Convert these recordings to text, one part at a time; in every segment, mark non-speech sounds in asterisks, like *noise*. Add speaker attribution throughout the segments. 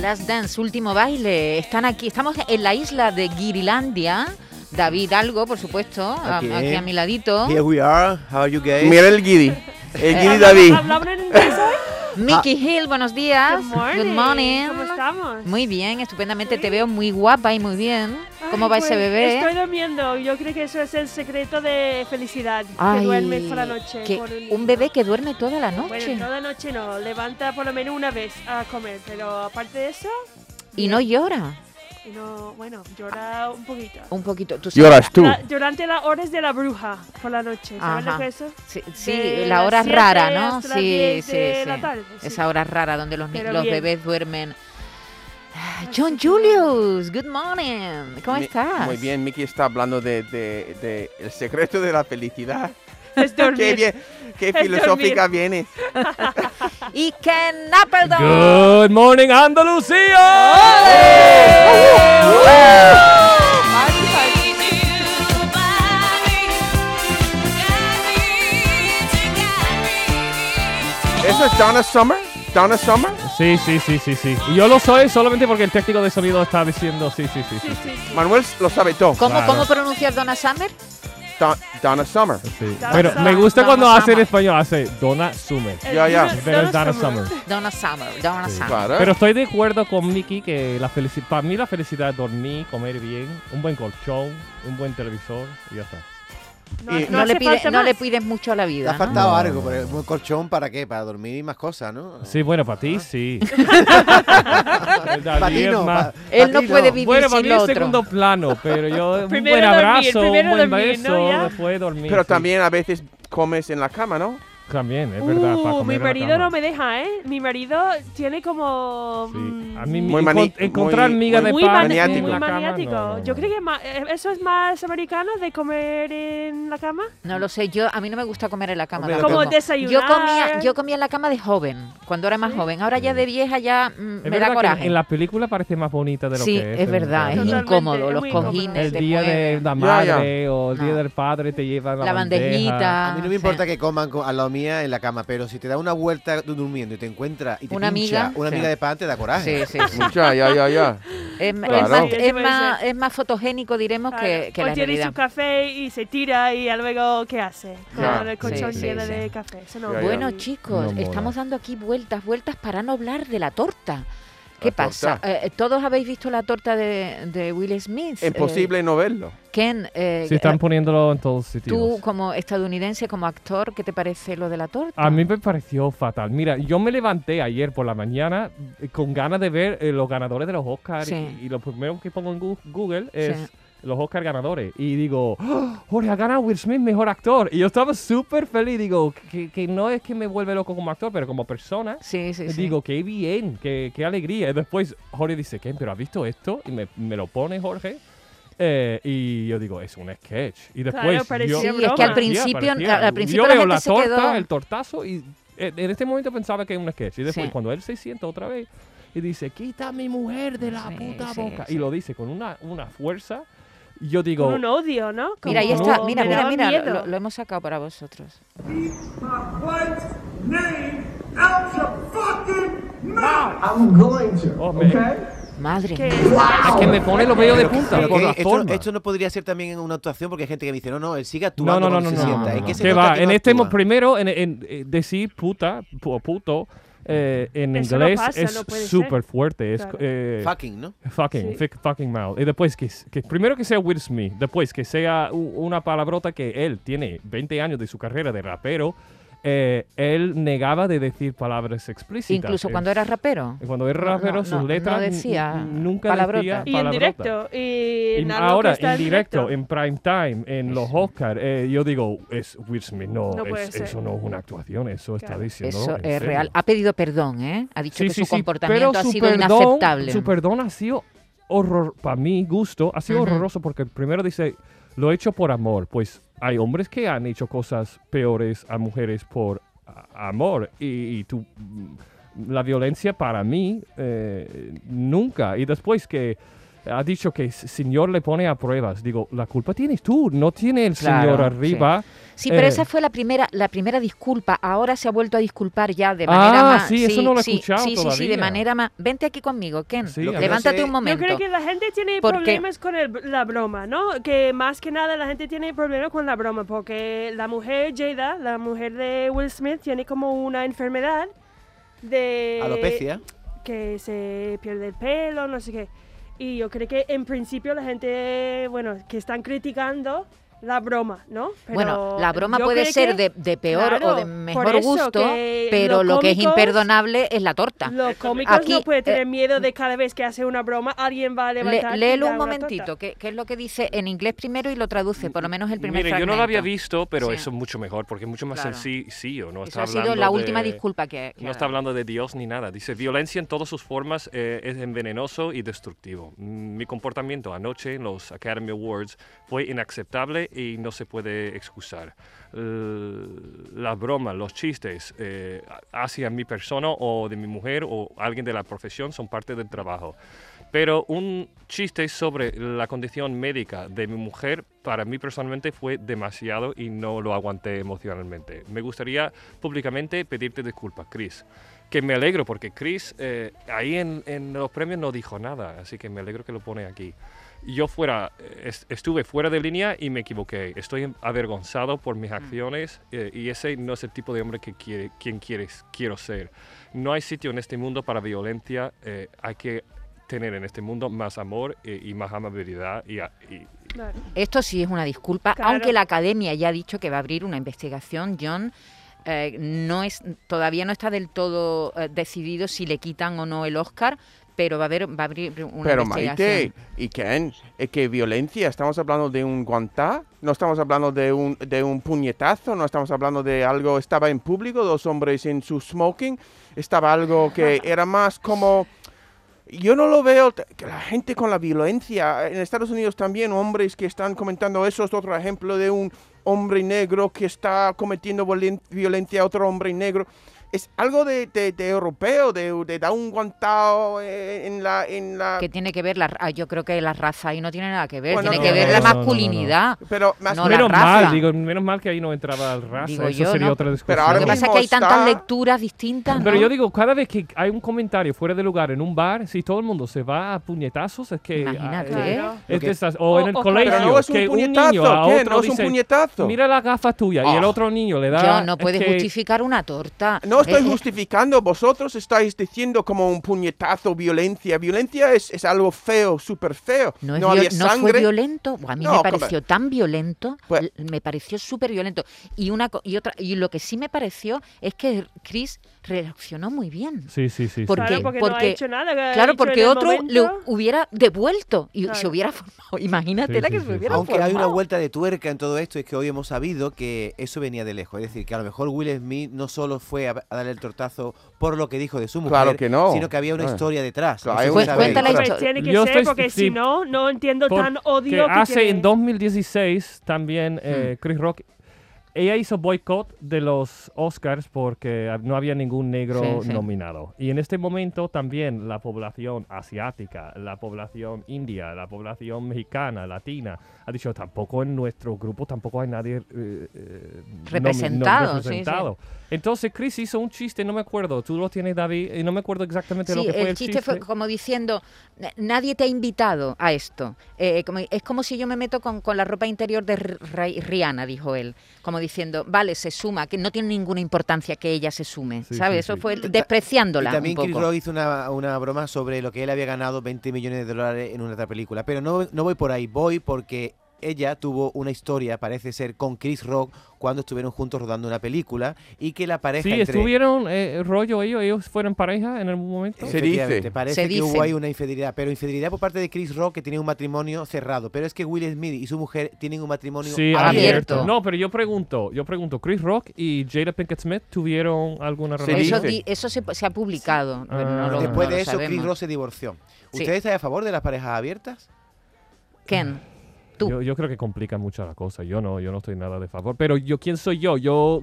Speaker 1: Last Dance, último baile. Están aquí, estamos en la isla de Girilandia. David Algo, por supuesto, a-
Speaker 2: Aquí.
Speaker 1: aquí a mi ladito.
Speaker 2: Here we are. How are you guys? Eh,
Speaker 3: Mira el Giri. El Giri David.
Speaker 4: ¿Hablamos en eh, inglés
Speaker 1: *laughs*
Speaker 4: hoy?
Speaker 1: Mickey Hill, buenos días.
Speaker 4: Good morning.
Speaker 1: Good morning.
Speaker 4: ¿Cómo estamos?
Speaker 1: Muy bien, estupendamente. Te veo muy guapa y muy bien. ¿Cómo
Speaker 4: Ay,
Speaker 1: va ese
Speaker 4: pues,
Speaker 1: bebé?
Speaker 4: Estoy durmiendo. Yo creo que eso es el secreto de felicidad.
Speaker 1: Ay,
Speaker 4: que duermes por la noche.
Speaker 1: que
Speaker 4: con
Speaker 1: un bebé que duerme toda la noche
Speaker 4: Bueno, toda noche no. Levanta por lo menos una vez a comer. Pero aparte de eso,
Speaker 1: y no llora
Speaker 4: y no, bueno, llora un poquito.
Speaker 1: un poquito. ¿Tú sabes?
Speaker 3: Lloras tú.
Speaker 4: La- durante las horas de la bruja por la noche. ¿Sabes
Speaker 1: Ajá.
Speaker 4: lo que es eso?
Speaker 1: Sí, sí,
Speaker 4: De
Speaker 1: la
Speaker 4: las
Speaker 1: hora
Speaker 4: siete
Speaker 1: rara, ¿no?
Speaker 4: hasta las
Speaker 1: Sí,
Speaker 4: diez
Speaker 1: sí,
Speaker 4: de
Speaker 1: sí.
Speaker 4: la tarde, sí.
Speaker 1: Esa hora rara donde los, ni-
Speaker 4: Pero
Speaker 1: los
Speaker 4: bien.
Speaker 1: bebés duermen. Ah,
Speaker 4: Así
Speaker 1: John
Speaker 4: que-
Speaker 1: Julius, good morning. ¿Cómo
Speaker 3: Mi-
Speaker 1: estás?
Speaker 3: Muy bien, Miki está hablando de, de- de el secreto de la
Speaker 2: *laughs*
Speaker 3: felicidad.
Speaker 4: Es
Speaker 3: *laughs* Qué
Speaker 4: dormir.
Speaker 3: bien, qué
Speaker 4: dormir.
Speaker 3: filosófica vienes.
Speaker 1: Y Ken Appleton.
Speaker 5: Good morning, Andalucía.
Speaker 3: ¿Eso es Donna Summer? ¿Donna Summer?
Speaker 5: Sí, sí, sí, sí, sí. Y Yo lo soy solamente porque el técnico de sonido está diciendo sí, sí, sí,
Speaker 4: Sí,
Speaker 5: sí.
Speaker 4: sí, sí.
Speaker 3: Manuel lo sabe todo.
Speaker 1: ¿Cómo,
Speaker 5: Claro.
Speaker 1: ¿Cómo pronuncias Donna Summer?
Speaker 3: Don- Donna Summer.
Speaker 5: sí.
Speaker 4: Donna
Speaker 5: Pero me
Speaker 4: Summer.
Speaker 5: gusta
Speaker 1: Donna
Speaker 5: cuando hace en
Speaker 1: Summer.
Speaker 5: español, hace Donna Summer.
Speaker 4: El
Speaker 3: Ya, ya.
Speaker 4: Eh, Donna-
Speaker 5: Pero es Donna
Speaker 4: Summer.
Speaker 5: Summer.
Speaker 1: Donna Summer, Donna
Speaker 5: Sí.
Speaker 1: Summer.
Speaker 3: Claro.
Speaker 5: Pero estoy de acuerdo con Miki que la felici- para mí la felicidad es dormir, comer bien, un buen colchón, un buen televisor y ya está.
Speaker 4: No,
Speaker 3: Y-
Speaker 4: no
Speaker 1: No, le
Speaker 4: hace
Speaker 1: pides,
Speaker 4: falta
Speaker 1: no le
Speaker 4: más.
Speaker 1: pides mucho a la
Speaker 2: Te
Speaker 1: vida.
Speaker 2: ha
Speaker 1: ¿no?
Speaker 2: faltado
Speaker 5: No.
Speaker 2: algo, pero un colchón para qué, para dormir y más cosas, ¿no?
Speaker 5: Sí, bueno, para ti sí.
Speaker 2: Para ti no, pa-
Speaker 1: Él
Speaker 2: pa'
Speaker 1: no
Speaker 2: ti
Speaker 1: puede vivir
Speaker 5: Bueno, para
Speaker 1: sin
Speaker 5: mí
Speaker 1: lo
Speaker 5: es
Speaker 1: otro.
Speaker 5: segundo plano, pero yo un
Speaker 4: Primero
Speaker 5: buen
Speaker 4: dormir,
Speaker 5: abrazo,
Speaker 4: primero
Speaker 5: un buen
Speaker 4: dormir,
Speaker 5: beso,
Speaker 4: ¿no? Ya.
Speaker 5: después dormir.
Speaker 3: Pero
Speaker 5: sí.
Speaker 3: también a veces comes en la cama,
Speaker 2: *laughs*
Speaker 3: ¿no?
Speaker 5: También, es verdad. para
Speaker 4: Uh,
Speaker 5: comer
Speaker 4: mi
Speaker 5: en la
Speaker 4: marido
Speaker 5: cama.
Speaker 4: no me deja, ¿eh? Mi marido tiene como...
Speaker 5: Sí.
Speaker 4: mm,
Speaker 5: A mí
Speaker 3: Muy
Speaker 5: encon-
Speaker 3: mani-
Speaker 5: encontrar
Speaker 3: muy-
Speaker 5: migas de
Speaker 4: muy
Speaker 5: pan
Speaker 4: mani-
Speaker 3: maniático.
Speaker 5: en
Speaker 4: Muy
Speaker 5: la cama,
Speaker 4: maniático.
Speaker 5: no.
Speaker 4: Yo creo que ma- eh, eso es más americano de comer en la cama.
Speaker 1: No lo sé, yo a mí no me gusta comer en la cama.
Speaker 2: Hombre,
Speaker 1: tampoco.
Speaker 4: Como desayunar.
Speaker 1: Yo comía, yo comía en la cama de joven, cuando era más
Speaker 4: Sí.
Speaker 1: joven. Ahora ya de vieja ya mm,
Speaker 5: Es
Speaker 1: me
Speaker 5: verdad
Speaker 1: da
Speaker 5: que
Speaker 1: coraje.
Speaker 5: En la película parece más bonita de lo
Speaker 1: sí,
Speaker 5: que es.
Speaker 1: es
Speaker 5: en
Speaker 1: verdad, es
Speaker 5: realidad.
Speaker 4: Totalmente,
Speaker 1: incómodo,
Speaker 4: es
Speaker 1: los
Speaker 4: muy incómodo.
Speaker 1: cojines.
Speaker 5: El
Speaker 1: te
Speaker 5: día de
Speaker 1: mueven.
Speaker 5: la
Speaker 3: Ya, ya.
Speaker 5: madre o el día
Speaker 1: No.
Speaker 5: del padre te llevan la,
Speaker 1: la
Speaker 5: bandeja.
Speaker 1: bandejita.
Speaker 2: A mí no me
Speaker 1: sí.
Speaker 2: importa que coman co- a la mía en la cama, pero si te da una vuelta du- durmiendo y te encuentra y te
Speaker 1: Una
Speaker 2: pincha
Speaker 1: amiga,
Speaker 2: una
Speaker 1: sí.
Speaker 2: amiga de pan, te da coraje.
Speaker 1: Sí, sí, sí.
Speaker 3: Ya, ya, ya, ya.
Speaker 1: Es, es
Speaker 3: Claro.
Speaker 1: más,
Speaker 3: Sí,
Speaker 4: eso
Speaker 1: es,
Speaker 4: puede
Speaker 1: más, es más fotogénico, diremos, que,
Speaker 4: Claro.
Speaker 1: que
Speaker 4: o
Speaker 1: la
Speaker 4: tiene
Speaker 1: realidad.
Speaker 4: su café y se tira y luego, ¿qué hace? Con
Speaker 3: Ya.
Speaker 4: el colchón
Speaker 1: Sí, sí,
Speaker 4: lleno
Speaker 1: sí.
Speaker 4: de café. Eso no.
Speaker 3: Ya, ya.
Speaker 1: Bueno, chicos,
Speaker 5: No mola.
Speaker 1: estamos dando aquí vueltas, vueltas para no hablar de la torta. ¿Qué
Speaker 3: La
Speaker 1: pasa?
Speaker 3: torta.
Speaker 1: Eh, Todos habéis visto la torta de, de Will Smith.
Speaker 3: Imposible no verlo.
Speaker 1: Eh, Ken, eh,
Speaker 5: Sí, están poniéndolo en todos sitios.
Speaker 1: tú como estadounidense, como actor, ¿qué te parece lo de la torta?
Speaker 5: A mí me pareció fatal. Mira, yo me levanté ayer por la mañana eh, con ganas de ver eh, los ganadores de los Oscars.
Speaker 1: Sí.
Speaker 5: Y, y lo primero que pongo en Gu- Google es
Speaker 1: Sí.
Speaker 5: los Oscars ganadores. Y digo, ¡Oh, ¡Joder, ha ganado Will Smith mejor actor! Y yo estaba súper feliz. Digo, que, que no es que me vuelve loco como actor, pero como persona.
Speaker 1: Sí, sí, sí.
Speaker 5: Digo, qué bien, qué, qué alegría. Y después Jorge dice, ¿qué? ¿Pero has visto esto? Y me, me lo pone Jorge. Eh, y yo digo, es un sketch. Y después.
Speaker 4: parecía
Speaker 5: yo,
Speaker 1: Sí,
Speaker 4: Qué
Speaker 1: es que al
Speaker 4: broma.
Speaker 1: principio, al- al principio
Speaker 5: yo
Speaker 1: la
Speaker 5: veo
Speaker 1: gente
Speaker 5: la
Speaker 1: se
Speaker 5: torta,
Speaker 1: quedó.
Speaker 5: el tortazo, y eh, en este momento pensaba que era un sketch. Y después,
Speaker 1: Sí.
Speaker 5: cuando él se sienta otra vez y dice, quita a mi mujer de la
Speaker 1: Sí,
Speaker 5: puta
Speaker 1: sí,
Speaker 5: boca.
Speaker 1: sí.
Speaker 5: Y lo dice con una, una fuerza. y Yo digo,
Speaker 4: Con un odio, ¿no? Como
Speaker 1: Mira, ahí está, mira,
Speaker 4: me
Speaker 1: mira,
Speaker 4: daba
Speaker 1: mira,
Speaker 4: miedo.
Speaker 1: lo, lo hemos sacado para vosotros.
Speaker 6: Keep my wife's name out your fucking mouth. I'm going to.
Speaker 5: Oh, man.
Speaker 1: Madre
Speaker 4: Que-
Speaker 1: mía.
Speaker 5: es que me pone los vellos de
Speaker 2: Pero que-
Speaker 5: punta
Speaker 2: pero
Speaker 5: por
Speaker 2: que
Speaker 5: la
Speaker 2: esto,
Speaker 5: forma.
Speaker 2: esto no podría ser también en una actuación porque hay gente que me dice, no, no, él sigue
Speaker 5: No,
Speaker 2: actuando
Speaker 5: no, no,
Speaker 2: cuando
Speaker 5: no, no,
Speaker 2: se
Speaker 5: no,
Speaker 2: sienta.
Speaker 5: no,
Speaker 2: es que
Speaker 5: no.
Speaker 2: se
Speaker 5: ¿Qué
Speaker 2: nota
Speaker 5: va?
Speaker 2: que
Speaker 5: En
Speaker 2: no
Speaker 5: este mo-
Speaker 2: actúa.
Speaker 5: primero, en, en- eh, decir puta pu- o puto eh, en
Speaker 4: Eso no
Speaker 5: inglés
Speaker 4: pasa, no puede
Speaker 5: es
Speaker 4: ser.
Speaker 5: súper fuerte. Es,
Speaker 4: Claro.
Speaker 5: eh,
Speaker 2: Fucking, ¿no?
Speaker 4: Sí.
Speaker 5: Fucking, fic- fucking mouth. Y después que, s- que primero que sea Will Smith, después que sea u- una palabrota que él tiene 20 años de su carrera de rapero, eh, él negaba de decir palabras explícitas.
Speaker 1: Incluso
Speaker 5: Eh,
Speaker 1: cuando era rapero.
Speaker 5: Cuando era
Speaker 1: No,
Speaker 5: rapero,
Speaker 1: no,
Speaker 5: sus
Speaker 1: no,
Speaker 5: letras
Speaker 1: no
Speaker 5: n-
Speaker 1: decía
Speaker 5: n- nunca
Speaker 1: palabrota.
Speaker 5: decía
Speaker 4: Y en
Speaker 5: palabrota.
Speaker 4: directo. Y,
Speaker 5: Y
Speaker 4: nada, lo que
Speaker 5: ahora,
Speaker 4: está
Speaker 5: en directo, en prime time, en los
Speaker 1: Eso.
Speaker 5: Oscars, eh, yo digo, es Will Smith, no,
Speaker 4: No puede
Speaker 5: es-
Speaker 4: ser.
Speaker 5: eso no es una actuación, eso está
Speaker 4: Claro.
Speaker 5: diciendo.
Speaker 1: Eso
Speaker 5: en
Speaker 1: es
Speaker 5: serio.
Speaker 1: real. Ha pedido perdón, ¿eh? Ha dicho
Speaker 5: Sí,
Speaker 1: que
Speaker 5: sí,
Speaker 1: su
Speaker 5: sí,
Speaker 1: comportamiento
Speaker 5: pero
Speaker 1: ha
Speaker 5: su
Speaker 1: sido
Speaker 5: perdón-
Speaker 1: inaceptable.
Speaker 5: Su perdón ha sido horror, para mi gusto, ha sido
Speaker 1: Ujú.
Speaker 5: horroroso porque primero dice, lo he hecho por amor. Pues hay hombres que han hecho cosas peores a mujeres por a- amor y, y tú mm, la violencia para mí eh, nunca. Y después que ha dicho que el señor le pone a pruebas, digo, la culpa tienes tú, no tiene el
Speaker 1: Claro,
Speaker 5: señor arriba.
Speaker 1: Sí, pero
Speaker 5: eh,
Speaker 1: esa fue la primera, la primera disculpa. Ahora se ha vuelto a disculpar ya de
Speaker 5: Ah,
Speaker 1: manera más.
Speaker 5: sí, eso no lo he
Speaker 1: sí,
Speaker 5: escuchado
Speaker 1: Sí, sí, sí, de
Speaker 5: todavía.
Speaker 1: manera más. Vente aquí conmigo, Ken.
Speaker 5: Sí, Lo que
Speaker 1: Levántate
Speaker 2: no sé-
Speaker 1: un momento.
Speaker 4: Yo creo que la gente tiene
Speaker 1: ¿Por qué?
Speaker 4: problemas con el- la broma, ¿no? Que más que nada la gente tiene problemas con la broma, porque la mujer Jada, la mujer de Will Smith, tiene como una enfermedad de...
Speaker 1: Eh,
Speaker 2: Alopecia.
Speaker 4: Que se pierde el pelo, no sé qué. Y yo creo que en principio la gente, bueno, que están criticando la broma, ¿no? Pero
Speaker 1: bueno, la broma
Speaker 4: yo
Speaker 1: puede
Speaker 4: creo
Speaker 1: ser
Speaker 4: que-
Speaker 1: de, de peor
Speaker 4: claro,
Speaker 1: o de
Speaker 4: por
Speaker 1: mejor
Speaker 4: eso
Speaker 1: gusto,
Speaker 4: que
Speaker 1: pero lo, que es
Speaker 4: cómicos-
Speaker 1: imperdonable es la torta.
Speaker 4: Los cómicos
Speaker 1: Aquí,
Speaker 4: no pueden
Speaker 1: eh,
Speaker 4: tener miedo de cada vez que hace una broma alguien va a
Speaker 1: Le-
Speaker 4: levantar. y
Speaker 1: léelo
Speaker 4: dar
Speaker 1: un
Speaker 4: una torta.
Speaker 1: momentito, que, que es lo que dice en inglés primero y lo traduce, por lo menos el primer
Speaker 7: Mire, yo no lo había
Speaker 1: fragmento.
Speaker 7: visto, pero
Speaker 1: Sí.
Speaker 7: eso es mucho mejor, porque es mucho más
Speaker 1: Claro.
Speaker 7: sencillo. No
Speaker 1: Eso
Speaker 7: está
Speaker 1: ha sido
Speaker 7: hablando
Speaker 1: la última
Speaker 7: de-
Speaker 1: disculpa que, que
Speaker 7: No
Speaker 1: ha
Speaker 7: está
Speaker 1: dado.
Speaker 7: hablando de Dios ni nada. Dice, violencia en todas sus formas eh, es envenenoso y destructivo. Mm, Mi comportamiento anoche en los Academy Awards fue inaceptable y no se puede excusar. L- la broma, los chistes eh, hacia mi persona o de mi mujer o alguien de la profesión son parte del trabajo. Pero un chiste sobre la condición médica de mi mujer para mí personalmente fue demasiado y no lo aguanté emocionalmente. Me gustaría públicamente pedirte disculpas, Chris. Que me alegro porque Chris eh, ahí en, en los premios no dijo nada, así que me alegro que lo pone aquí. Yo fuera, eh, es- estuve fuera de línea y me equivoqué. Estoy avergonzado por
Speaker 5: Mm.
Speaker 7: mis acciones eh, y ese no es el tipo de hombre que quiere, quien quieres, quiero ser. No hay sitio en este mundo para violencia. eh, hay que tener en este mundo más amor eh, y más amabilidad y, a- y-
Speaker 4: Claro.
Speaker 1: Esto sí es una disculpa,
Speaker 4: Claro.
Speaker 1: aunque la academia ya ha dicho que va a abrir una investigación, John. eh, no es todavía no está del todo eh, decidido si le quitan o no el Oscar, pero va a haber va a abrir una
Speaker 3: Pero
Speaker 1: investigación.
Speaker 3: Maite y Ken, es que violencia, estamos hablando de un guantá, no estamos hablando de un, de un puñetazo, no estamos hablando de algo, estaba en público, dos hombres en su smoking, estaba algo
Speaker 1: Ah.
Speaker 3: que era más como... Yo no lo veo, t- que la gente con la violencia, en Estados Unidos también hombres que están comentando eso, es otro ejemplo de un hombre negro que está cometiendo volen- violencia a otro hombre negro. Es algo de, de- de europeo, de, de dar un guantao eh, en la... En la
Speaker 1: que tiene que ver la, ah, yo creo que la raza ahí no tiene nada que ver,
Speaker 3: Bueno,
Speaker 1: tiene
Speaker 3: no,
Speaker 1: que ver
Speaker 3: no, no,
Speaker 1: la
Speaker 3: no, no,
Speaker 5: no.
Speaker 1: masculinidad.
Speaker 3: pero más
Speaker 1: No, la
Speaker 5: menos
Speaker 1: raza.
Speaker 5: mal, digo, menos mal que ahí no entraba el raza.
Speaker 1: Digo
Speaker 5: eso
Speaker 1: yo,
Speaker 5: sería
Speaker 1: ¿no?
Speaker 5: otra discusión.
Speaker 3: Pero ahora
Speaker 1: Lo que pasa es
Speaker 3: mismo
Speaker 1: que hay tantas
Speaker 3: está-
Speaker 1: lecturas distintas.
Speaker 5: Pero
Speaker 1: ¿no?
Speaker 5: yo digo, cada vez que hay un comentario fuera de lugar en un bar, si todo el mundo se va a puñetazos, es que...
Speaker 1: Imagínate,
Speaker 5: ah, eh,
Speaker 1: ¿eh?
Speaker 4: Claro.
Speaker 5: es
Speaker 2: Lo que-
Speaker 5: desas- o en el
Speaker 4: o- o-
Speaker 5: colegio,
Speaker 3: Oh, Pero no es un
Speaker 5: que
Speaker 3: puñetazo,
Speaker 5: un niño a
Speaker 3: ¿qué?
Speaker 5: otro
Speaker 3: No es un
Speaker 5: dice,
Speaker 3: puñetazo.
Speaker 5: Mira la gafa tuya, y el
Speaker 3: Ah.
Speaker 5: otro niño le da...
Speaker 1: John, no
Speaker 5: es
Speaker 1: puedes
Speaker 5: que-
Speaker 1: justificar una torta.
Speaker 3: No estoy
Speaker 1: Eh, eh,
Speaker 3: justificando, vosotros estáis diciendo como un puñetazo violencia. Violencia es, es algo feo, súper feo.
Speaker 1: No, es
Speaker 3: había
Speaker 1: viol- no fue
Speaker 3: sangre.
Speaker 1: violento. Buah, A mí me
Speaker 3: No,
Speaker 1: pareció tan violento,
Speaker 3: Pues-
Speaker 1: l- me pareció súper violento. Y una co- y otra y lo que sí me pareció es que Chris reaccionó muy bien.
Speaker 5: Sí, sí, sí.
Speaker 1: ¿Por qué?
Speaker 5: sí,
Speaker 4: Claro,
Speaker 5: sí.
Speaker 4: porque, no ha
Speaker 1: Porque-
Speaker 4: hecho nada. ha
Speaker 1: Claro,
Speaker 4: dicho en
Speaker 1: porque
Speaker 4: el
Speaker 1: otro le
Speaker 4: momento-
Speaker 1: hubiera devuelto y se
Speaker 4: Claro.
Speaker 1: hubiera *laughs* formado. Imagínate la
Speaker 5: Sí,
Speaker 1: que
Speaker 5: sí,
Speaker 1: se
Speaker 5: sí,
Speaker 1: hubiera
Speaker 5: sí.
Speaker 2: Aunque hay una
Speaker 1: formado.
Speaker 2: vuelta de tuerca en todo esto, es que hoy hemos sabido que eso venía de lejos. Es decir, que a lo mejor Will Smith no solo fue a, a darle el tortazo por lo que dijo de su mujer,
Speaker 3: Claro que no.
Speaker 2: sino que había una
Speaker 3: Ah.
Speaker 2: historia detrás.
Speaker 3: Claro,
Speaker 2: Eso
Speaker 3: hay
Speaker 2: se
Speaker 3: una
Speaker 2: sabe.
Speaker 1: Cuenta la
Speaker 4: Pues
Speaker 1: historia.
Speaker 4: tiene que
Speaker 5: Yo
Speaker 4: ser,
Speaker 5: estoy-
Speaker 4: porque
Speaker 5: sí.
Speaker 4: si no, no entiendo
Speaker 5: Por-
Speaker 4: tan
Speaker 5: que
Speaker 4: odio que
Speaker 5: hace
Speaker 4: tiene-
Speaker 5: en 2016 también eh,
Speaker 1: Hmm.
Speaker 5: Chris Rock. Ella hizo boicot de los Oscars porque no había ningún negro
Speaker 1: Sí, sí.
Speaker 5: nominado. Y en este momento también la población asiática, la población india, la población mexicana, latina, ha dicho tampoco en nuestro grupo tampoco hay nadie eh, eh, nomi-
Speaker 1: Representado, sí, sí.
Speaker 5: representado". Entonces Chris hizo un chiste, no me acuerdo, tú lo tienes David, y no me acuerdo exactamente lo
Speaker 1: Sí,
Speaker 5: que fue el,
Speaker 1: el chiste fue como diciendo, "Na- nadie te ha invitado a esto. Eh, como- es como si yo me meto con, con la ropa interior de R- Ri- Rihanna, dijo él. Como diciendo, vale, se suma, que no tiene ninguna importancia que ella se sume.
Speaker 5: Sí,
Speaker 1: ¿Sabes?
Speaker 5: sí,
Speaker 1: Eso
Speaker 5: sí.
Speaker 1: fue
Speaker 2: Y ta-
Speaker 1: despreciándola
Speaker 2: Y también
Speaker 1: un
Speaker 2: Chris
Speaker 1: poco.
Speaker 2: Rock hizo una, una broma sobre lo que él había ganado 20 millones de dólares en una otra película. Pero no, no voy por ahí, voy porque ella tuvo una historia, parece ser, con Chris Rock cuando estuvieron juntos rodando una película y que la pareja
Speaker 5: Sí,
Speaker 2: entre...
Speaker 5: estuvieron eh, rollo ellos, ellos fueron pareja en algún momento.
Speaker 3: Se
Speaker 2: Efectivamente,
Speaker 3: dice.
Speaker 2: Parece
Speaker 1: Se
Speaker 2: que
Speaker 1: dice.
Speaker 2: hubo ahí una infidelidad, pero infidelidad por parte de Chris Rock que tiene un matrimonio cerrado. Pero es que Will Smith y su mujer tienen un matrimonio
Speaker 5: Sí,
Speaker 1: abierto.
Speaker 5: abierto. No, pero yo pregunto, yo pregunto, Chris Rock y Jada Pinkett Smith tuvieron alguna
Speaker 3: Se
Speaker 1: Eso,
Speaker 5: relación.
Speaker 3: dice.
Speaker 1: di- eso se, se ha publicado.
Speaker 5: Ah,
Speaker 1: pero no lo-
Speaker 2: Después
Speaker 1: no
Speaker 2: de
Speaker 1: lo
Speaker 2: eso, Chris
Speaker 1: sabemos.
Speaker 2: Rock se divorció.
Speaker 1: Sí.
Speaker 2: ¿Ustedes están a favor de las parejas abiertas?
Speaker 1: Ken, tú.
Speaker 5: Yo, yo creo que complica mucho la cosa. Yo no, yo no estoy nada de favor. Pero yo, ¿quién soy yo? Yo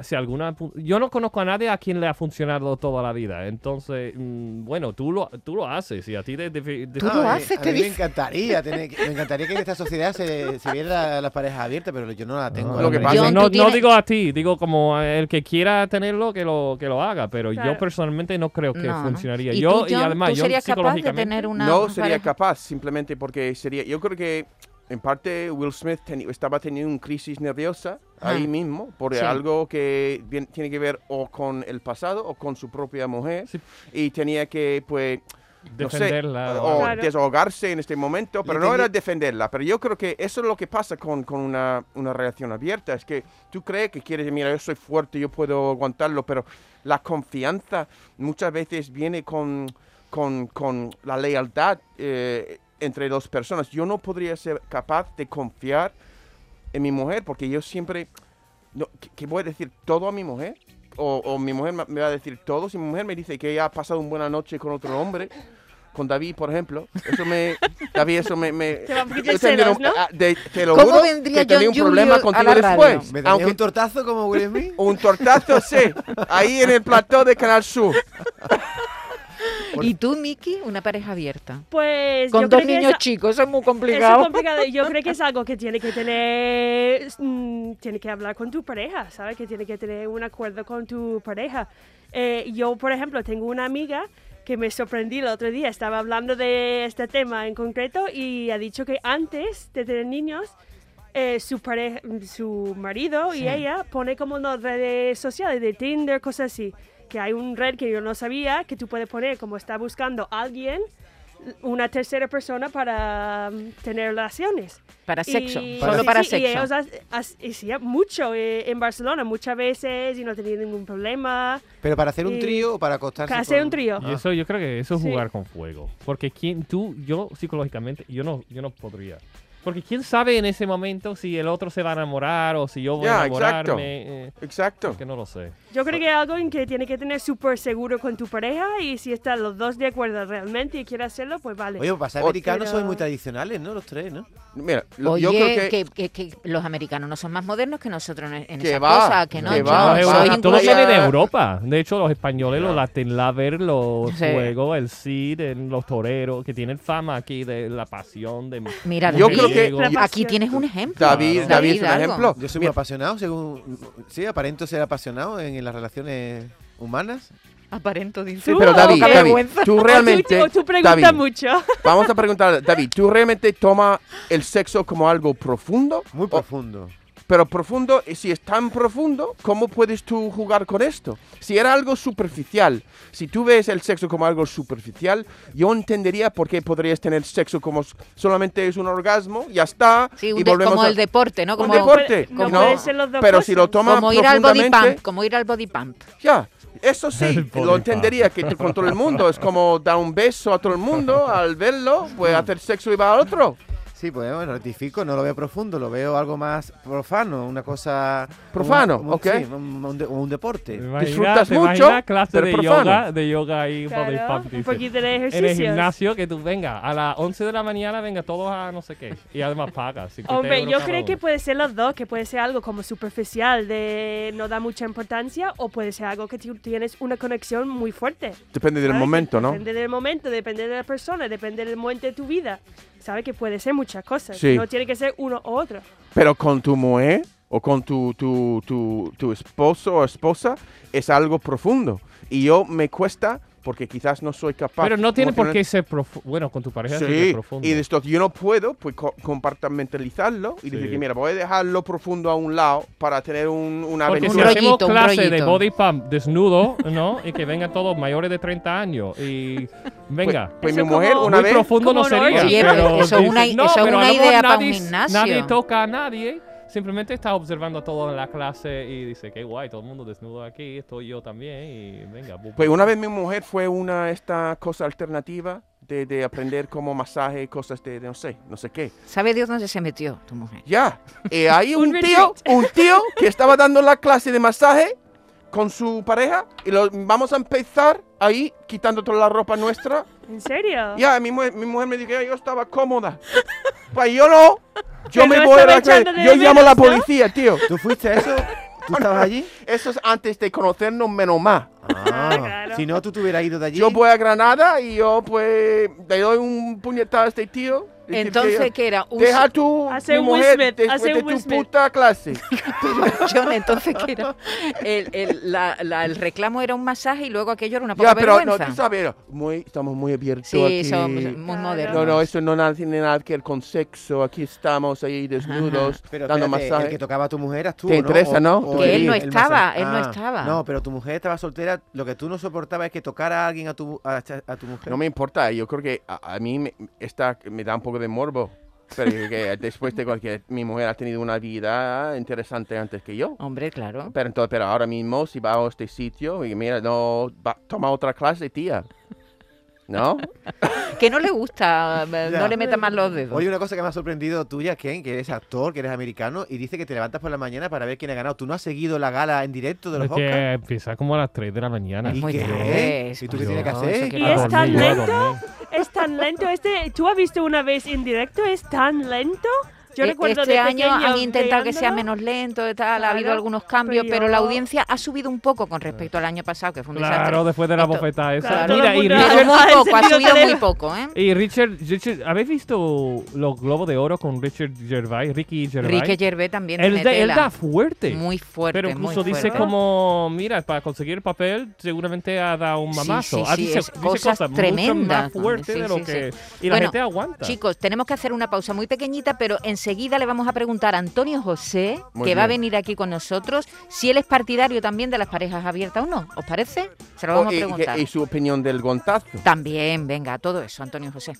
Speaker 5: si alguna pu- yo no conozco a nadie a quien le ha funcionado toda la vida. Entonces, mm, bueno, tú lo, tú lo haces y a ti te... te- te-
Speaker 1: Tú lo
Speaker 2: a mí-
Speaker 1: haces,
Speaker 2: Ah, a
Speaker 1: te
Speaker 2: mí me
Speaker 1: dice. *laughs*
Speaker 2: encantaría, tener, que- me encantaría que en esta sociedad se, se viera la- las parejas abiertas, pero yo no la tengo.
Speaker 3: Lo que
Speaker 2: hombre.
Speaker 3: pasa-
Speaker 5: No,
Speaker 1: John,
Speaker 5: no,
Speaker 1: tú tienes-
Speaker 5: digo a ti, digo como a el que quiera tenerlo que lo que lo haga, pero
Speaker 4: Claro.
Speaker 5: yo personalmente no creo que
Speaker 1: No, no.
Speaker 5: funcionaría.
Speaker 1: ¿Y
Speaker 5: yo
Speaker 1: tú,
Speaker 5: y
Speaker 1: John,
Speaker 5: además
Speaker 1: tú
Speaker 5: yo
Speaker 1: serías capaz de
Speaker 5: psicológicamente
Speaker 1: tener una
Speaker 3: no sería
Speaker 1: pareja?
Speaker 3: capaz, simplemente porque sería. Yo creo que en parte Will Smith teni- estaba teniendo una crisis nerviosa
Speaker 1: Ah.
Speaker 3: ahí mismo por
Speaker 1: Sí.
Speaker 3: algo que bien- tiene que ver o con el pasado o con su propia mujer
Speaker 5: Sí.
Speaker 3: y tenía que pues no sé,
Speaker 5: defenderla o
Speaker 3: o
Speaker 5: algo.
Speaker 4: Claro.
Speaker 3: desahogarse en este momento, pero
Speaker 2: Le
Speaker 3: no era
Speaker 2: tenía-
Speaker 3: defenderla. Pero yo creo que eso es lo que pasa con, con una, una relación abierta. Es que tú crees que quieres, mira, yo soy fuerte, yo puedo aguantarlo, pero la confianza muchas veces viene con, con, con la lealtad eh, entre dos personas. Yo no podría ser capaz de confiar en mi mujer porque yo siempre... No, ¿qué, qué voy a decir todo a mi mujer? O, o mi mujer me- me va a decir todo. Si mi mujer me dice que ella ha pasado una buena noche con otro hombre, con David, por ejemplo, eso
Speaker 4: *laughs*
Speaker 3: me. David, eso me. me
Speaker 4: Te va un poquito
Speaker 3: yo
Speaker 4: el sedas,
Speaker 3: un-
Speaker 4: ¿no?
Speaker 3: ah, de- te lo
Speaker 1: ¿Cómo
Speaker 3: juro
Speaker 1: vendría
Speaker 3: que tenía un
Speaker 1: John
Speaker 3: problema
Speaker 1: Julio a
Speaker 3: contigo
Speaker 1: la radio?
Speaker 3: después.
Speaker 2: ¿Me darías
Speaker 3: Aunque
Speaker 2: un tortazo como Will Smith?
Speaker 3: *laughs* un tortazo, sí. Ahí en el plató de Canal Sur.
Speaker 1: ¿Y tú, Miki, una pareja abierta?
Speaker 4: Pues yo
Speaker 1: Con dos
Speaker 4: creo que
Speaker 1: niños
Speaker 4: esa-
Speaker 1: chicos, eso es muy
Speaker 4: Eso es
Speaker 1: complicado.
Speaker 4: complicado. Yo creo que es algo que tiene que tener, mm, tiene que hablar con tu pareja, ¿sabes? Que tiene que tener un acuerdo con tu pareja. Eh, yo, por ejemplo, tengo una amiga que me sorprendí el otro día. Estaba hablando de este tema en concreto y ha dicho que antes de tener niños, eh, su pareja, su marido
Speaker 1: Sí.
Speaker 4: y ella pone como en las redes sociales de Tinder, cosas así. Que hay un red que yo no sabía que tú puedes poner como está buscando a alguien una tercera persona para mm, tener relaciones.
Speaker 1: Para
Speaker 4: Y-
Speaker 1: sexo,
Speaker 2: Para-
Speaker 1: solo
Speaker 4: sí,
Speaker 1: para
Speaker 4: sí, Y ellos
Speaker 1: sexo.
Speaker 4: ha- ha- hacían mucho eh, en Barcelona, muchas veces, y no tenían ningún problema.
Speaker 2: ¿Pero para hacer un
Speaker 4: Y-
Speaker 2: trío o para acostarse?
Speaker 4: Para hacer
Speaker 2: con-
Speaker 4: un trío.
Speaker 5: Y eso yo creo que eso es
Speaker 4: Sí.
Speaker 5: jugar con fuego, porque quien tú yo psicológicamente yo no yo no podría. Porque quién sabe en ese momento si el otro se va a enamorar o si yo voy a
Speaker 3: Ya, exacto.
Speaker 5: enamorarme, eh,
Speaker 3: Exacto.
Speaker 5: que no lo sé.
Speaker 4: Yo creo que es algo en que tiene que tener súper seguro con tu pareja, y si están los dos de acuerdo realmente y quiere hacerlo, pues vale.
Speaker 2: Oye, para ser
Speaker 3: O-
Speaker 2: americanos sois
Speaker 4: Pero-
Speaker 2: muy tradicionales, ¿no? Los tres, ¿no?
Speaker 3: Mira, lo-
Speaker 1: Oye,
Speaker 3: yo creo que.
Speaker 1: que... que- que los americanos no son más modernos que nosotros en, en
Speaker 3: Que
Speaker 1: esas
Speaker 3: va,
Speaker 1: cosas, que no.
Speaker 3: que
Speaker 1: yo
Speaker 3: va,
Speaker 1: soy
Speaker 3: va,
Speaker 1: incluso-
Speaker 5: todo
Speaker 3: playa-
Speaker 5: viene de Europa. De hecho, los españoles, los
Speaker 3: Ya.
Speaker 5: Latin Lover, los
Speaker 1: Sí.
Speaker 5: juegos, el Cid, en los toreros, que tienen fama aquí de la pasión de.
Speaker 1: Mira,
Speaker 3: Yo
Speaker 1: David,
Speaker 3: creo que-
Speaker 4: yo-
Speaker 1: aquí tienes un ejemplo.
Speaker 3: David, David es un
Speaker 1: algo.
Speaker 3: ejemplo.
Speaker 2: Yo soy muy
Speaker 3: Mira,
Speaker 2: apasionado, según. Sí, aparento ser apasionado en, en las relaciones humanas.
Speaker 1: Aparento, dice.
Speaker 4: Sí,
Speaker 3: pero
Speaker 4: Oh,
Speaker 3: David,
Speaker 4: qué
Speaker 3: David,
Speaker 1: vergüenza.
Speaker 3: tú
Speaker 4: O *laughs* tú-
Speaker 3: realmente.
Speaker 4: O tú, preguntas
Speaker 3: David,
Speaker 4: mucho.
Speaker 3: Vamos a preguntar, David, ¿tú realmente tomas el sexo como algo profundo?
Speaker 2: Muy
Speaker 3: O-
Speaker 2: profundo.
Speaker 3: Pero profundo, y si es tan profundo, ¿cómo puedes tú jugar con esto? Si era algo superficial, si tú ves el sexo como algo superficial, yo entendería por qué podrías tener sexo como s- solamente es un orgasmo, ya está,
Speaker 1: Sí, un
Speaker 3: y
Speaker 1: de-
Speaker 3: volvemos
Speaker 1: como
Speaker 3: a-
Speaker 1: el deporte, ¿no?
Speaker 3: un
Speaker 1: Como,
Speaker 3: deporte.
Speaker 4: No
Speaker 1: como-
Speaker 4: pueden ser los dos
Speaker 3: pero si lo
Speaker 4: cosas.
Speaker 3: tomas
Speaker 1: como ir al body pump,
Speaker 3: profundamente,
Speaker 1: como ir al body pump.
Speaker 3: ya, eso
Speaker 5: El
Speaker 3: sí,
Speaker 5: body
Speaker 3: lo
Speaker 5: pump.
Speaker 3: entendería que tú- con todo el mundo, es como dar un beso a todo el mundo, al verlo, pues hacer sexo y va al otro.
Speaker 2: Sí, pues bueno, rectifico, no lo veo profundo, lo veo algo más profano, una cosa.
Speaker 3: Profano,
Speaker 2: un- un-
Speaker 3: ok.
Speaker 2: sí, un, un de- un deporte.
Speaker 3: Disfrutas
Speaker 5: Disfrutas
Speaker 3: mucho,
Speaker 5: mucho. clase
Speaker 3: pero
Speaker 5: de
Speaker 3: profano.
Speaker 5: yoga, de yoga y
Speaker 4: Claro,
Speaker 5: body pump,
Speaker 4: un
Speaker 5: dice.
Speaker 4: poquito de
Speaker 5: En el
Speaker 4: ejercicios.
Speaker 5: gimnasio que tú venga a las 11 de la mañana, venga todos a no sé qué. Y además pagas. 50
Speaker 4: Hombre,
Speaker 5: euros
Speaker 4: yo
Speaker 5: cada
Speaker 4: creo que
Speaker 5: uno.
Speaker 4: puede ser los dos, que puede ser algo como superficial, de no da mucha importancia, o puede ser algo que tú tienes una conexión muy fuerte.
Speaker 3: Depende del
Speaker 4: ¿sabes?
Speaker 3: momento, ¿no?
Speaker 4: Depende del momento, depende de la persona, depende del momento de tu vida. Sabes que puede ser muchas cosas.
Speaker 3: Sí.
Speaker 4: No tiene que ser uno u otro.
Speaker 3: Pero con tu mujer o con tu, tu, tu, tu esposo o esposa es algo profundo. Y yo me cuesta porque quizás no soy capaz.
Speaker 5: Pero no tiene por qué
Speaker 3: emocional-
Speaker 5: ser profundo. Bueno, con tu pareja sí, que es
Speaker 3: Sí,
Speaker 5: profundo.
Speaker 3: y de esto yo no puedo pues, co- compartimentalizarlo y decir
Speaker 5: Sí.
Speaker 3: que mira, voy a dejarlo profundo a un lado para tener un, una
Speaker 5: Porque si
Speaker 1: Un
Speaker 3: aventura.
Speaker 1: rollo.
Speaker 5: hacemos
Speaker 1: rollito, un
Speaker 5: clase de
Speaker 1: rollito.
Speaker 5: body pump desnudo, ¿no? Y que vengan todos mayores de 30 años. Y
Speaker 3: Pues-
Speaker 5: venga.
Speaker 3: Pues,
Speaker 4: Eso
Speaker 3: mi mujer
Speaker 4: como-
Speaker 3: una
Speaker 5: muy
Speaker 3: vez.
Speaker 5: profundo no
Speaker 4: como una
Speaker 5: sería.
Speaker 1: orgía.
Speaker 5: pero
Speaker 1: Oye, eso es una-
Speaker 5: dice- no,
Speaker 1: eso es
Speaker 5: pero a lo
Speaker 1: una
Speaker 5: mejor
Speaker 1: idea para un
Speaker 5: nadie,
Speaker 1: gimnasio.
Speaker 5: Nadie toca a nadie. Simplemente está observando todo en la clase y dice, qué guay, todo el mundo desnudo aquí, estoy yo también y venga. bu-
Speaker 3: Pues una vez mi mujer fue una esta cosa alternativa de, de aprender como masaje, cosas de, de no sé, no sé qué.
Speaker 1: ¿Sabe Dios dónde se metió tu mujer?
Speaker 3: Ya, eh,
Speaker 4: *laughs*
Speaker 3: hay
Speaker 4: Un
Speaker 3: un tío, un tío que estaba dando la clase de masaje con su pareja y lo, vamos a empezar ahí quitando toda la ropa nuestra.
Speaker 4: ¿En serio?
Speaker 3: Ya, mi, mujer- mi mujer me dijo que yo estaba cómoda. Pues yo no, yo
Speaker 4: Pero
Speaker 3: me
Speaker 4: no
Speaker 3: voy a
Speaker 4: estaba
Speaker 3: la clase,
Speaker 4: echando de
Speaker 3: yo llamo a la
Speaker 4: menos, ¿no?
Speaker 3: policía, tío.
Speaker 2: ¿Tú fuiste a eso?
Speaker 3: *laughs*
Speaker 2: ¿Tú estabas allí?
Speaker 3: Eso es antes de conocernos menos más.
Speaker 2: Ah,
Speaker 4: claro.
Speaker 2: Si no, tú te hubieras ido de allí.
Speaker 3: Yo voy a Granada y yo pues le doy un puñetazo a este tío. Decir
Speaker 1: Entonces,
Speaker 3: que-
Speaker 1: ¿qué era? Un
Speaker 3: *laughs* Deja tu
Speaker 4: Hace
Speaker 3: mi
Speaker 4: un
Speaker 3: mujer
Speaker 4: Will Smith,
Speaker 3: después
Speaker 4: hace
Speaker 3: de
Speaker 4: un Will
Speaker 3: tu
Speaker 4: Smith.
Speaker 3: puta clase.
Speaker 1: John, entonces que era el, el- la- la- el reclamo era un masaje y luego aquello era una poca
Speaker 3: ya, pero no,
Speaker 1: vergüenza.
Speaker 3: tú sabes, muy, estamos muy abiertos
Speaker 1: sí,
Speaker 3: aquí.
Speaker 1: somos muy modernos.
Speaker 3: No, no, eso no nada- tiene nada que ver con sexo. Aquí estamos ahí desnudos,
Speaker 2: Pero
Speaker 3: dando
Speaker 2: espérate, el
Speaker 3: masaje.
Speaker 2: que tocaba a tu mujer eras tú,
Speaker 3: Te
Speaker 2: ¿no?
Speaker 3: interesa,
Speaker 2: O-
Speaker 3: ¿no?
Speaker 2: o
Speaker 3: Que él no
Speaker 2: el
Speaker 1: estaba,
Speaker 2: masaje.
Speaker 1: él no
Speaker 2: Ah,
Speaker 1: estaba.
Speaker 2: No, pero tu mujer estaba soltera. Lo que tú no soportabas es que tocara a alguien a tu, a, a tu mujer.
Speaker 3: No me importa, yo creo que a, a mí me, esta, me da un poco de morbo. Pero yo creo que *laughs* después de cualquier, mi mujer ha tenido una vida interesante antes que yo.
Speaker 1: Hombre, claro.
Speaker 3: Pero, entonces, pero ahora mismo, si va a este sitio y mira, no, va- toma otra clase, tía. ¿No?
Speaker 1: Que no le gusta, eh,
Speaker 2: Ya.
Speaker 1: no le meta más los dedos.
Speaker 2: Oye, una cosa que me ha sorprendido tuya, Ken, que eres actor, que eres americano, y dice que te levantas por la mañana para ver quién ha ganado. ¿Tú no has seguido la gala en directo de los
Speaker 5: Es
Speaker 2: Oscars?
Speaker 5: que empieza como a las 3 de la mañana.
Speaker 1: Es
Speaker 2: ¿Y
Speaker 1: muy
Speaker 2: qué?
Speaker 1: tarde, es
Speaker 2: ¿Y tú
Speaker 1: muy
Speaker 2: qué tienes que
Speaker 1: tarde,
Speaker 2: hacer?
Speaker 1: eso que
Speaker 4: ¿Y
Speaker 5: A
Speaker 4: es
Speaker 1: pasa.
Speaker 4: tan
Speaker 5: dormir, a
Speaker 4: lento?
Speaker 5: dormir.
Speaker 4: Es tan lento este. ¿Tú has visto una vez en directo? ¿Es tan lento? Yo
Speaker 1: E-
Speaker 4: recuerdo
Speaker 1: este
Speaker 4: de
Speaker 1: año
Speaker 4: pequeña
Speaker 1: han intentado que sea
Speaker 4: veándolo.
Speaker 1: menos lento, tal, ha habido
Speaker 4: Claro,
Speaker 1: algunos cambios,
Speaker 4: pero
Speaker 1: pero, la
Speaker 4: yo-
Speaker 1: audiencia ha subido un poco con respecto al año pasado, que fue un
Speaker 5: Claro,
Speaker 1: desastre.
Speaker 5: después de la
Speaker 1: Esto-
Speaker 5: bofetada esa.
Speaker 4: Claro,
Speaker 5: Mira,
Speaker 4: todo
Speaker 5: y
Speaker 4: el mundo- *laughs*
Speaker 1: Pero
Speaker 5: Richard,
Speaker 1: muy
Speaker 4: Ha
Speaker 1: poco, ha
Speaker 4: encendido
Speaker 1: subido muy
Speaker 4: cadena.
Speaker 1: poco, ¿eh?
Speaker 5: y Richard, Richard- ¿habéis visto los Globos de Oro con Richard Gervais, Ricky Gervais?
Speaker 1: Ricky Gervais también
Speaker 5: él,
Speaker 1: tiene
Speaker 5: da- él
Speaker 1: tela.
Speaker 5: da fuerte.
Speaker 1: Muy fuerte,
Speaker 5: Pero incluso
Speaker 1: muy
Speaker 5: dice
Speaker 1: fuerte.
Speaker 5: como, mira, para conseguir el papel seguramente ha dado un
Speaker 1: Sí,
Speaker 5: mamazo.
Speaker 1: sí,
Speaker 5: ha
Speaker 1: sí,
Speaker 5: dice,
Speaker 1: es
Speaker 5: dice
Speaker 1: cosas
Speaker 5: cosas mucho
Speaker 1: tremendas,
Speaker 5: más fuerte
Speaker 1: sí,
Speaker 5: de lo
Speaker 1: sí,
Speaker 5: que...
Speaker 1: sí.
Speaker 5: Y la
Speaker 1: Bueno,
Speaker 5: gente aguanta.
Speaker 1: Chicos, tenemos que hacer una pausa muy pequeñita, pero enseguida le vamos a preguntar a Antonio José,
Speaker 3: Muy
Speaker 1: que va a
Speaker 3: bien.
Speaker 1: venir aquí con nosotros, si él es partidario también de las parejas abiertas o no. ¿Os parece? Se lo vamos
Speaker 3: O-
Speaker 1: a
Speaker 3: Oh, y-
Speaker 1: preguntar.
Speaker 3: y, y su opinión del guantazo.
Speaker 1: También, venga, todo eso, Antonio José.